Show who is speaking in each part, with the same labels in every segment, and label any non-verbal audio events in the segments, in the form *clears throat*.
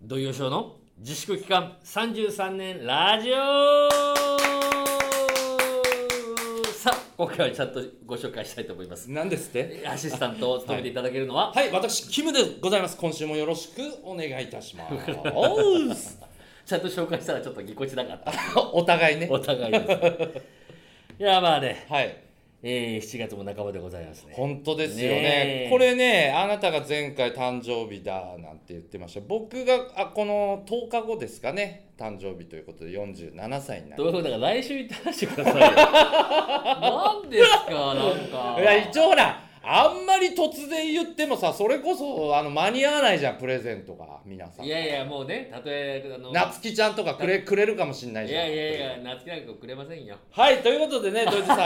Speaker 1: 土曜賞の自粛期間33年ラジオさあ今回はちゃんとご紹介したいと思います
Speaker 2: なんですって
Speaker 1: アシスタントを務めていただけるのは、
Speaker 2: はい、私、キムでございます。今週もよろしくお願いいたし
Speaker 1: *laughs*
Speaker 2: ます。
Speaker 1: ちゃんと紹介したらちょっとぎこちなかった
Speaker 2: お互いね。
Speaker 1: お互いですねいやまあね、
Speaker 2: はい。
Speaker 1: えー、7月も半ばでございますね
Speaker 2: 本当ですよ
Speaker 1: ね
Speaker 2: ね
Speaker 1: え
Speaker 2: これねあなたが前回誕生日だなんて言ってました僕があこの10日後ですかね誕生日ということで47歳にな
Speaker 1: どういう
Speaker 2: る
Speaker 1: ことだから来週行ってらしてくださいよなんですかなんか
Speaker 2: いや一応ほらあんまり突然言ってもさそれこそあの間に合わないじゃんプレゼントが皆さん
Speaker 1: いやいやもうねたとえあの
Speaker 2: 夏希ちゃんとかくれくれるかもしんない
Speaker 1: い
Speaker 2: じゃ
Speaker 1: や
Speaker 2: ん
Speaker 1: いやいや夏希なんかくれませんよ
Speaker 2: はいというこ
Speaker 1: *laughs*
Speaker 2: とでね土井さ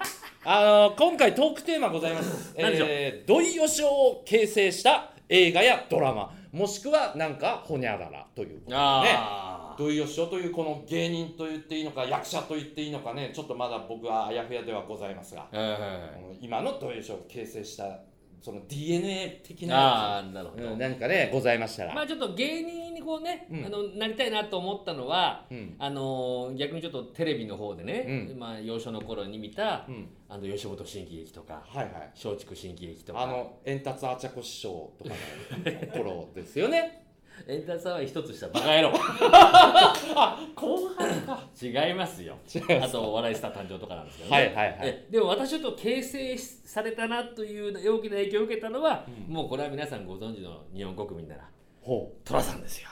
Speaker 2: んあの今回トークテーマございます
Speaker 1: 何でしょう
Speaker 2: えー土井善雄を形成した映画やドラマもしくはなんかほにゃららということでね
Speaker 1: あ
Speaker 2: 土井善雄というこの芸人と言っていいのか役者と言っていいのかねちょっとまだ僕はあやふやではございますが、
Speaker 1: あ、はい
Speaker 2: この今の土井善雄を形成したその DNA 的な
Speaker 1: ああなるほど、
Speaker 2: うん何かねございましたら、
Speaker 1: まあちょっと芸人にこうね、
Speaker 2: うん
Speaker 1: あのなりたいなと思ったのは、
Speaker 2: うん
Speaker 1: あのー逆にちょっとテレビの方でね、まあ幼少の頃に見た、
Speaker 2: うん
Speaker 1: あの吉本新喜劇とか
Speaker 2: はいはい
Speaker 1: 松竹新喜劇とか
Speaker 2: あの円達あちゃこ師匠とかの頃ですよ
Speaker 1: *laughs*
Speaker 2: ね
Speaker 1: エンターさんは一つしたバカ野
Speaker 2: *laughs*
Speaker 1: 郎
Speaker 2: 後半か
Speaker 1: 違いますよ
Speaker 2: 違いますか
Speaker 1: あとお笑いスター誕生とかなんですけどね
Speaker 2: はいはいはい
Speaker 1: えでも私ちょっと形成されたなという大きな影響を受けたのは、もうこれは皆さんご存知の日本国民なら
Speaker 2: ほ
Speaker 1: 寅さんですよ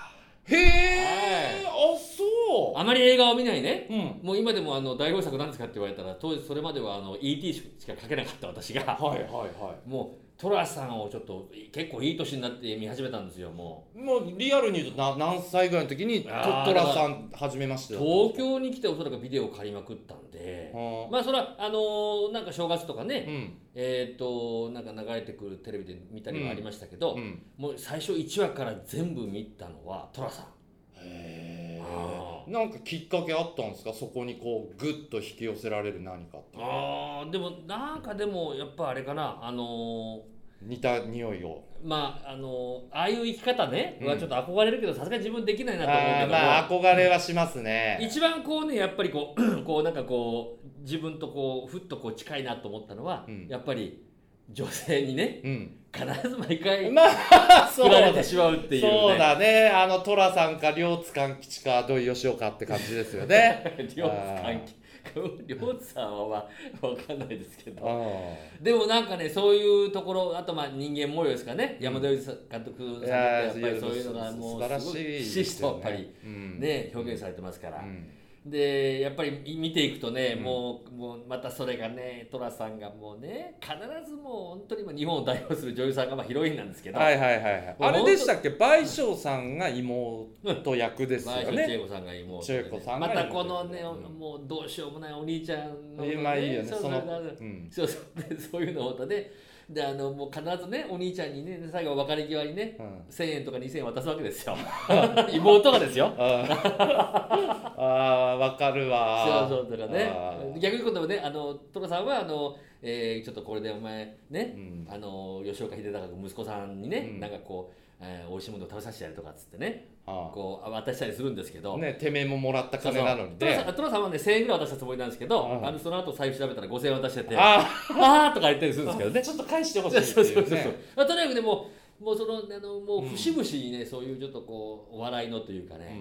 Speaker 2: うへえ、あそ
Speaker 1: あまり映画を見ないね
Speaker 2: ううん
Speaker 1: もう今でもあの代表作なんですかって言われたら当時それまではあの E.T. しか書けなかった私が
Speaker 2: *laughs* はいはいは
Speaker 1: もう寅さんをちょっと結構いい年になって見始めたんですよも
Speaker 2: いもうリアルに言うとな何歳ぐらいの時にト
Speaker 1: あー
Speaker 2: トラさん始めまし
Speaker 1: う
Speaker 2: た
Speaker 1: 東京に来ておそらくビデオを借りまくったんで
Speaker 2: は
Speaker 1: まあそれはあのーなんか正月とか
Speaker 2: あう
Speaker 1: ね
Speaker 2: ん
Speaker 1: えっとなんか流れてくるテレビで見たりもありましたけど
Speaker 2: うん
Speaker 1: もう最初1話から全部見たのは寅さん
Speaker 2: へ
Speaker 1: あ
Speaker 2: えなんかきっかけあったんですかそこにこうグッと引き寄せられる何かって
Speaker 1: あーでもなんかでもやっぱあれかなあのー
Speaker 2: 似た匂いを
Speaker 1: まああのああいう生き方ね、
Speaker 2: うん
Speaker 1: はちょっと憧れるけどさすがに自分できないなと思うけ
Speaker 2: あ
Speaker 1: ど
Speaker 2: ー
Speaker 1: も、
Speaker 2: まあ憧れはしますね
Speaker 1: 一番こうねやっぱりこう *clears throat* こうなんかこう自分とこうふっとこう近いなと思ったのは、
Speaker 2: うん
Speaker 1: やっぱり女性にね
Speaker 2: うん
Speaker 1: 必ず毎回
Speaker 2: まあ *laughs* そ
Speaker 1: 振
Speaker 2: う
Speaker 1: られ
Speaker 2: だ
Speaker 1: てしまうっていう
Speaker 2: そう
Speaker 1: ね。
Speaker 2: だねあのトラさんか両津勘吉か土井善雄かって感じです
Speaker 1: *laughs*
Speaker 2: よね
Speaker 1: *laughs* 両津関係両津さんはまあわかんないですけど
Speaker 2: うん
Speaker 1: でもなんかねそういうところあとまあ人間模様ですかね、
Speaker 2: うん
Speaker 1: 山田洋次監督さんって
Speaker 2: い
Speaker 1: やっぱ
Speaker 2: い
Speaker 1: りそういうのがもう
Speaker 2: 素晴ら
Speaker 1: す
Speaker 2: し
Speaker 1: ご
Speaker 2: い
Speaker 1: い
Speaker 2: で
Speaker 1: ひ
Speaker 2: す
Speaker 1: し
Speaker 2: よね
Speaker 1: ひしとやっぱり、
Speaker 2: うん
Speaker 1: ね表現されてますから。
Speaker 2: うん
Speaker 1: でやっぱりい見ていくとね、
Speaker 2: うん
Speaker 1: もうもうまたそれがね寅さんがもうね必ずもう本当にまあ日本を代表する女優さんがまあヒロインなんですけど、
Speaker 2: はいはいはいはい
Speaker 1: もう
Speaker 2: あ
Speaker 1: 本当
Speaker 2: れでしたっけ倍賞さんが妹役です
Speaker 1: まあ、一
Speaker 2: よ
Speaker 1: 応千
Speaker 2: ね
Speaker 1: 恵子さんが妹
Speaker 2: 千
Speaker 1: でね
Speaker 2: 恵子さんが
Speaker 1: ま
Speaker 2: 妹
Speaker 1: たこのね、
Speaker 2: うん
Speaker 1: もうどうしようもないお兄ちゃんの、
Speaker 2: 今いいよね
Speaker 1: そう
Speaker 2: そ
Speaker 1: そう
Speaker 2: のうん
Speaker 1: そうそうでそういうのをまたねであのもう必ずねお兄ちゃんにね最後別れ際にね、
Speaker 2: うん
Speaker 1: 1000円とか2000円渡すわけ
Speaker 2: *laughs*
Speaker 1: ですよ妹がですよ
Speaker 2: あーあーわかるわ
Speaker 1: そうそうとかね
Speaker 2: あー
Speaker 1: 逆に今度はねあの寅さんはあの、えーちょっとこれでお前ね、
Speaker 2: うん
Speaker 1: あの吉岡秀隆君息子さんにね、
Speaker 2: うん
Speaker 1: なんかこう、えー、美味しいものを食べさせてやるとかっつってね
Speaker 2: あ
Speaker 1: こう渡したりするんですけど、
Speaker 2: ーねてめえももらった
Speaker 1: そうそう
Speaker 2: 金なのに
Speaker 1: 寅さ
Speaker 2: ね
Speaker 1: ん寅さんはね1000円ぐらい渡したつもりなんですけど、
Speaker 2: うん
Speaker 1: あのその後財布調べたら5000円渡しててあ
Speaker 2: あ
Speaker 1: あーとか言ったりするん
Speaker 2: *laughs*
Speaker 1: ですけど
Speaker 2: あ
Speaker 1: ね
Speaker 2: ちょっと返してほしい
Speaker 1: そうそう
Speaker 2: ってい
Speaker 1: そう
Speaker 2: う
Speaker 1: そう、
Speaker 2: ね
Speaker 1: まあ、とにかくでもうもうそのあのもううん節々にね、そういうちょっとこうお笑いのというかね、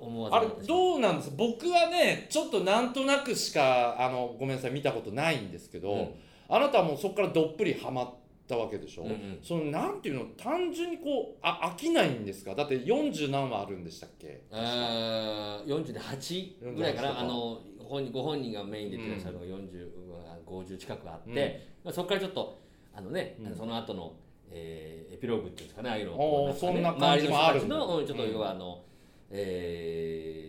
Speaker 1: お思わず
Speaker 2: あれどうなんです僕はねちょっとなんとなくしかあのごめんなさい見たことないんですけど、
Speaker 1: うん
Speaker 2: あなたはもうそこからどっぷりハマったわけでしょ、
Speaker 1: うんうん
Speaker 2: そのなんていうの単純にこうあ飽きないんですかだって40何話あるんでしたっけ
Speaker 1: あー48ぐらいか
Speaker 2: 48
Speaker 1: な
Speaker 2: と
Speaker 1: あ
Speaker 2: か
Speaker 1: の本人ご本人がメインで出てらっしゃるのが4050近くあって、まあ、そこからちょっとあのね、
Speaker 2: うん
Speaker 1: その後の、えーエピローグっていうんですかねああいうのを
Speaker 2: お
Speaker 1: こうな
Speaker 2: ー
Speaker 1: んか
Speaker 2: そんな感
Speaker 1: ね
Speaker 2: じもある
Speaker 1: 周りの人たちの、うんちょっと
Speaker 2: うん
Speaker 1: 要はあの、えー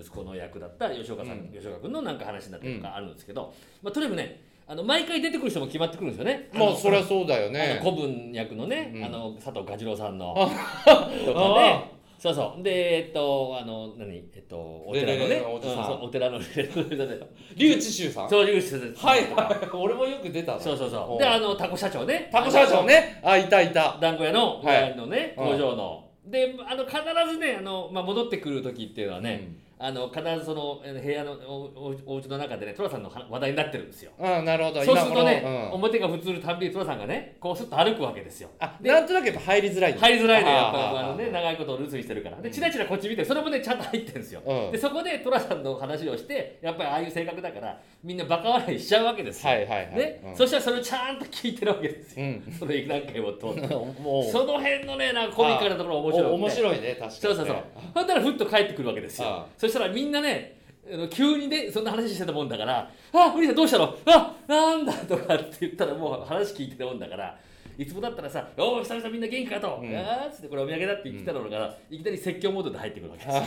Speaker 1: 息子の役だった吉岡さん、
Speaker 2: うん
Speaker 1: 吉岡君のなんか話になったりとかあるんですけど、まあ、とにかくねあの毎回出てくる人も決まってくるんですよね。
Speaker 2: ま
Speaker 1: の
Speaker 2: あそりゃそうだよ
Speaker 1: あ
Speaker 2: ね
Speaker 1: の古文役のね、
Speaker 2: うん
Speaker 1: あの佐藤蛾次郎さんの *laughs* とか
Speaker 2: あ
Speaker 1: ねそうそうでえっとあの何えっとお寺の
Speaker 2: レレレ
Speaker 1: ね
Speaker 2: のおじさん
Speaker 1: うそうお寺
Speaker 2: *laughs*
Speaker 1: のレレレのおじさん
Speaker 2: 龍智秀さん
Speaker 1: そういう人です
Speaker 2: はいはい俺もよく出たな
Speaker 1: そうそうそ
Speaker 2: お
Speaker 1: う
Speaker 2: う
Speaker 1: であのタコ社長ね
Speaker 2: タコ社長ねあいたいた
Speaker 1: 団子屋の
Speaker 2: はい
Speaker 1: 親のね、
Speaker 2: うん
Speaker 1: 工場の、であの必ずねあの、まあ、戻ってくる時っていうのはね、あの必ずそのえー部屋のおおお家の中でね寅さんの話話題になってるんですよ
Speaker 2: うん、なるほど
Speaker 1: そうするとね、
Speaker 2: 今頃うん
Speaker 1: 表が普通のたんびに寅さんがねこうすっと歩くわけですよ
Speaker 2: あ
Speaker 1: で
Speaker 2: なんとなくやっぱ入りづらい
Speaker 1: 入りづらいのよやっぱ
Speaker 2: あー
Speaker 1: あのね長いこと留守にしてるからでチラチラこっち見てそれもねちゃんと入ってるんですよ、
Speaker 2: うん
Speaker 1: でそこで寅さんの話をしてやっぱりああいう性格だからみんなバカ笑いしちゃうわけですよ、
Speaker 2: はいはいはい
Speaker 1: ね
Speaker 2: うん
Speaker 1: そしたらそれをちゃんと聞いてるわけですよ、 *laughs*
Speaker 2: うん
Speaker 1: それ何回も通って
Speaker 2: もう
Speaker 1: その辺のねなんかコミカルなところが面白い、
Speaker 2: お面白いね確かにね
Speaker 1: そうそうそう。ほんだらふっと帰ってくるわけです
Speaker 2: ああ
Speaker 1: よ。そしたらみんなね、あの急にね、そんな話してたもんだから、あ、フリーさんどうしたのあ、なんだとかって言ったらもう話聞いてたもんだから、いつもだったらさ、おお、久々みんな元気かと、
Speaker 2: うん
Speaker 1: あーっつってこれお土産だって言ってたのが、いきなり説教モードで入ってくるわけですよ。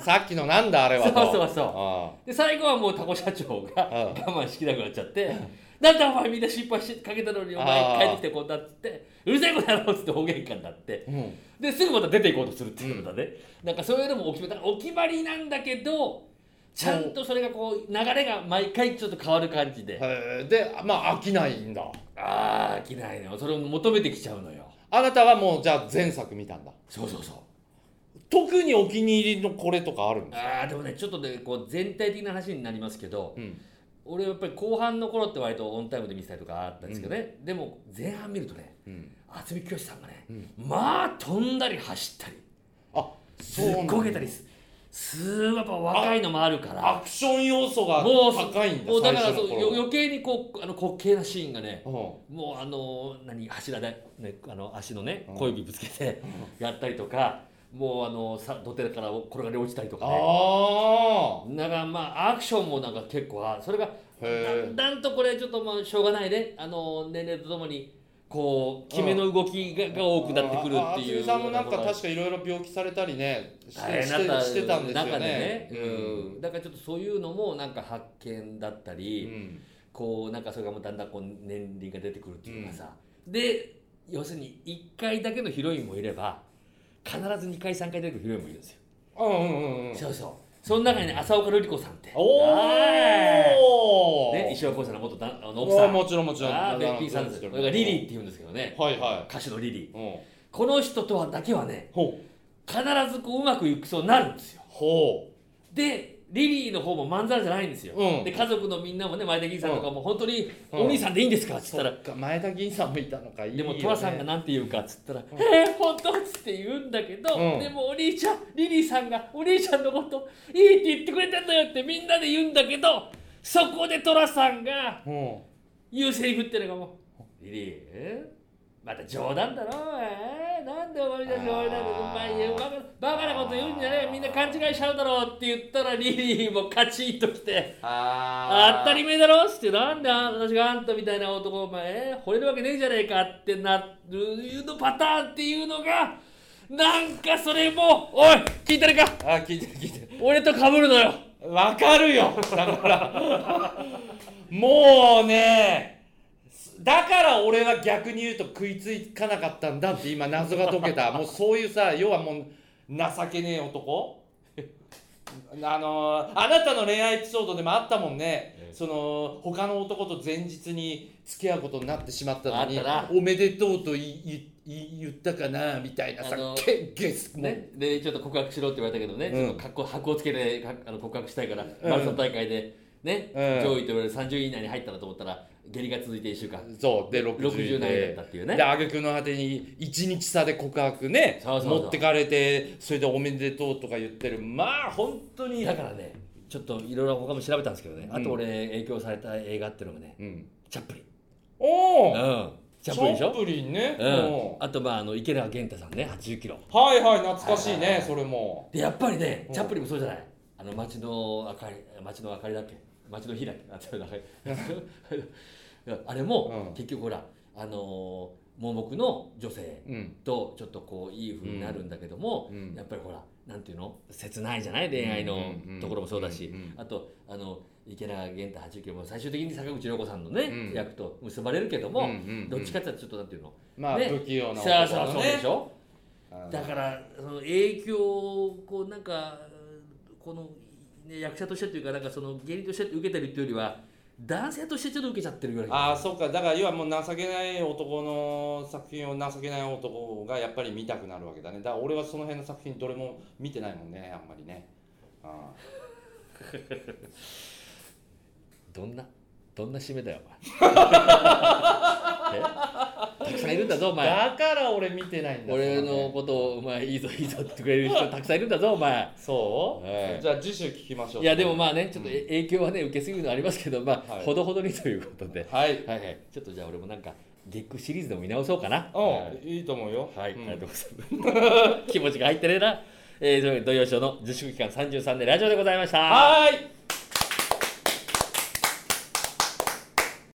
Speaker 2: さっきのなんだあれはと
Speaker 1: そうそうそう
Speaker 2: あ
Speaker 1: で、最後はもうタコ社長が
Speaker 2: ああ
Speaker 1: 我慢しきなくなっちゃって、なんだお前みんな心配しかけたのにお
Speaker 2: ああ
Speaker 1: 前帰ってきてこんなっつって、うるせえことやろうっつって大喧嘩になって
Speaker 2: ー、うん
Speaker 1: ですぐまた出ていこうとするっていうのだね、なんかそういうのもお決めだからお決まりなんだけどちゃんとそれがこう流れが毎回ちょっと変わる感じで、
Speaker 2: へーでまあ飽きないんだ
Speaker 1: ああ飽きないのよそれを求めてきちゃうのよ
Speaker 2: あなたはもうじゃあ前作見たんだ
Speaker 1: そうそうそう
Speaker 2: 特にお気に入りのこれとかあるんです
Speaker 1: ああでもねちょっとねこう全体的な話になりますけど、
Speaker 2: うん
Speaker 1: 俺やっぱり後半の頃って割とオンタイムで見てたりとかあったんですけどね、でも前半見るとね
Speaker 2: うん
Speaker 1: 渥美清さんがね、
Speaker 2: うん
Speaker 1: まあ飛んだり走ったり
Speaker 2: あ
Speaker 1: す
Speaker 2: そうな
Speaker 1: っ
Speaker 2: んだ
Speaker 1: こけたりすすごいやっぱ若いのもあるから
Speaker 2: アクション要素が
Speaker 1: もう
Speaker 2: 高いんだ
Speaker 1: もうだ
Speaker 2: 最
Speaker 1: から
Speaker 2: 初
Speaker 1: そ
Speaker 2: の
Speaker 1: うよ
Speaker 2: 頃
Speaker 1: 余計にこうあの滑稽なシーンがね
Speaker 2: うん
Speaker 1: もうあの何柱で、ね、あの足のね
Speaker 2: うん
Speaker 1: 小指ぶつけてやったりとか、もうあのさ土手から転がり落ちたりとかね
Speaker 2: あ
Speaker 1: なんかまあアクションもなんか結構あそれがだ
Speaker 2: へー
Speaker 1: んだんとこれちょっとまあしょうがないねあの年齢とともにこう決めの動きが,、が多くなってくるっていう
Speaker 2: あああつみさんもなんか
Speaker 1: よう
Speaker 2: 確かいろいろ病気されたりねして
Speaker 1: 大変
Speaker 2: し
Speaker 1: だってた
Speaker 2: してたんですよ
Speaker 1: 中で
Speaker 2: ね。
Speaker 1: うんだからちょっとそういうのもなんか発見だったり、
Speaker 2: うん
Speaker 1: こうなんかそれがもうだんだんこう年輪が出てくるっていうかさ、で要するに1回だけのヒロインもいれば必ず2回3回出てくるヒロインもいるんですよ、
Speaker 2: うんうんうんうん。
Speaker 1: そうそうその中にね浅岡瑠璃子さんってはい
Speaker 2: おお。
Speaker 1: ね、石岡さんの元旦あの
Speaker 2: お
Speaker 1: 奥さ
Speaker 2: ー
Speaker 1: ん
Speaker 2: もちろんもちろん。
Speaker 1: あーベッキーさんです
Speaker 2: は
Speaker 1: よ
Speaker 2: い
Speaker 1: これがリリーって言うんですけどね
Speaker 2: は
Speaker 1: 歌手のリリー
Speaker 2: い。うん。
Speaker 1: この人とはだけはね
Speaker 2: ほう
Speaker 1: 必ずこううまくいくそうになるんですよ
Speaker 2: ほ
Speaker 1: でリリーの方も漫才じゃないんですよ、
Speaker 2: うん
Speaker 1: で家族のみんなもね前田銀さんとかも本当に「お兄さんでいいんですか?」っ
Speaker 2: う。
Speaker 1: つっ
Speaker 2: そ
Speaker 1: たら
Speaker 2: っか前田銀さんもいたのかいい
Speaker 1: で
Speaker 2: よ
Speaker 1: も
Speaker 2: ね
Speaker 1: トラさんがなんて言うかっつったら「えー、本当?」っつって言うんだけど、
Speaker 2: うん
Speaker 1: でもお兄ちゃんリリーさんがお兄ちゃんのこと「いいって言ってくれてんだよ」ってみんなで言うんだけどそこでトラさんが
Speaker 2: うん。
Speaker 1: 言うセリフってのがもう「リリーえまた冗談だろえーなんでお前たち俺なんかお前バカバカなこと言うんじゃねえみんな勘違いしちゃうだろ」って言ったらリリーもカチンときて。
Speaker 2: あ
Speaker 1: 当たり前だろっつってなんで私があんたみたいな男お前惚れるわけねえじゃねえかってなるいうのパターンっていうのがなんかそれもおい聞いてるか
Speaker 2: あ聞いてる聞いてる。
Speaker 1: 俺と被るのよ
Speaker 2: わかるよだからもうねだから俺は逆に言うと食いつかなかったんだって今謎が解け
Speaker 1: *laughs*
Speaker 2: たもうそういうさ要はもう情けねえ男 *laughs* あのあなたの恋愛エピソードでもあったもんね
Speaker 1: ええ
Speaker 2: その他の男と前日に付き合うことになってしまったのに
Speaker 1: あったな
Speaker 2: 「おめでとう」と言い言い言ったかなみたいなさ
Speaker 1: あの
Speaker 2: けゲスもう
Speaker 1: ねでちょっと告白しろって言われたけどね、
Speaker 2: う
Speaker 1: ちょっ
Speaker 2: ん
Speaker 1: とかっこ箱をつけてかあの告白したいから、
Speaker 2: うん
Speaker 1: マラソン大会でね、
Speaker 2: うん
Speaker 1: 上位と言われる30位以内に入ったらと思ったら下痢が続いて1週間
Speaker 2: そうで
Speaker 1: 60何
Speaker 2: 60
Speaker 1: 位だ
Speaker 2: で
Speaker 1: ったっていうね
Speaker 2: で挙句の果てに1日差で告白ね
Speaker 1: そうそうそう
Speaker 2: 持ってかれてそれで「おめでとう」とか言ってるまあ本当に
Speaker 1: だからねちょっといろいろ他も調べたんですけどね、
Speaker 2: うん
Speaker 1: あと俺影響された映画っていうのがね
Speaker 2: うん、
Speaker 1: チャップリン
Speaker 2: おお
Speaker 1: うんチャップリンでしょ
Speaker 2: プリンね、
Speaker 1: うん
Speaker 2: お、
Speaker 1: あとまああの池永源太さんね80キロ
Speaker 2: ーはいはい懐かしいね、
Speaker 1: はいはいはい
Speaker 2: それも
Speaker 1: でやっぱりね
Speaker 2: うん
Speaker 1: チャップリンもそうじゃないあの街の明かり街の明かりだっけ街の火だっけあ違う明かり *laughs* あれも
Speaker 2: うん
Speaker 1: 結局ほらあのー盲目の女性
Speaker 2: うん
Speaker 1: とちょっとこういい風になるんだけども、
Speaker 2: うん
Speaker 1: やっぱりほらなんていうの切ないじゃない恋愛の
Speaker 2: うんうん
Speaker 1: ところもそうだし、
Speaker 2: うんうん
Speaker 1: あとあの池永源太80キロも最終的に坂口涼子さんのね、
Speaker 2: うん
Speaker 1: 役と結ばれるけども、
Speaker 2: うんうんうん
Speaker 1: どっちかっていうとちょっとなんていうの
Speaker 2: まあ、
Speaker 1: ね
Speaker 2: 不器用な
Speaker 1: そうそう
Speaker 2: だ
Speaker 1: そうでしょ
Speaker 2: うん
Speaker 1: だからその影響をこうなんかこの、ね、役者としてというかなんかその芸人として受けてるっていうよりは男性としてちょっと受けちゃってるぐらい
Speaker 2: ああそっかだから要はもう情けない男の作品を情けない男がやっぱり見たくなるわけだねだから俺はその辺の作品どれも見てないもんねあんまりねあ
Speaker 1: どんなどんな締めだよお前えたくさんいるんだぞお
Speaker 2: あ
Speaker 1: 前
Speaker 2: だから俺見てないんだ
Speaker 1: 俺のことをお前いいぞいいぞってくれる人たくさんいるんだぞお前
Speaker 2: そう、
Speaker 1: はい
Speaker 2: じゃあ次週聞きましょう
Speaker 1: いやでもまあねちょっとえ影響はね受けすぎるのありますけどまあ、
Speaker 2: はい
Speaker 1: ほどほどにということで
Speaker 2: はい
Speaker 1: はいはいちょっとじゃあ俺もなんか月9シリーズでも見直そうかなは
Speaker 2: うん、いいと思うよ。
Speaker 1: い、はい
Speaker 2: うん
Speaker 1: ありがとうござい *laughs* ます気持ちが入ってねえな、えー、というわけで土曜ショーの自粛期間33でラジオでございました
Speaker 2: はーい。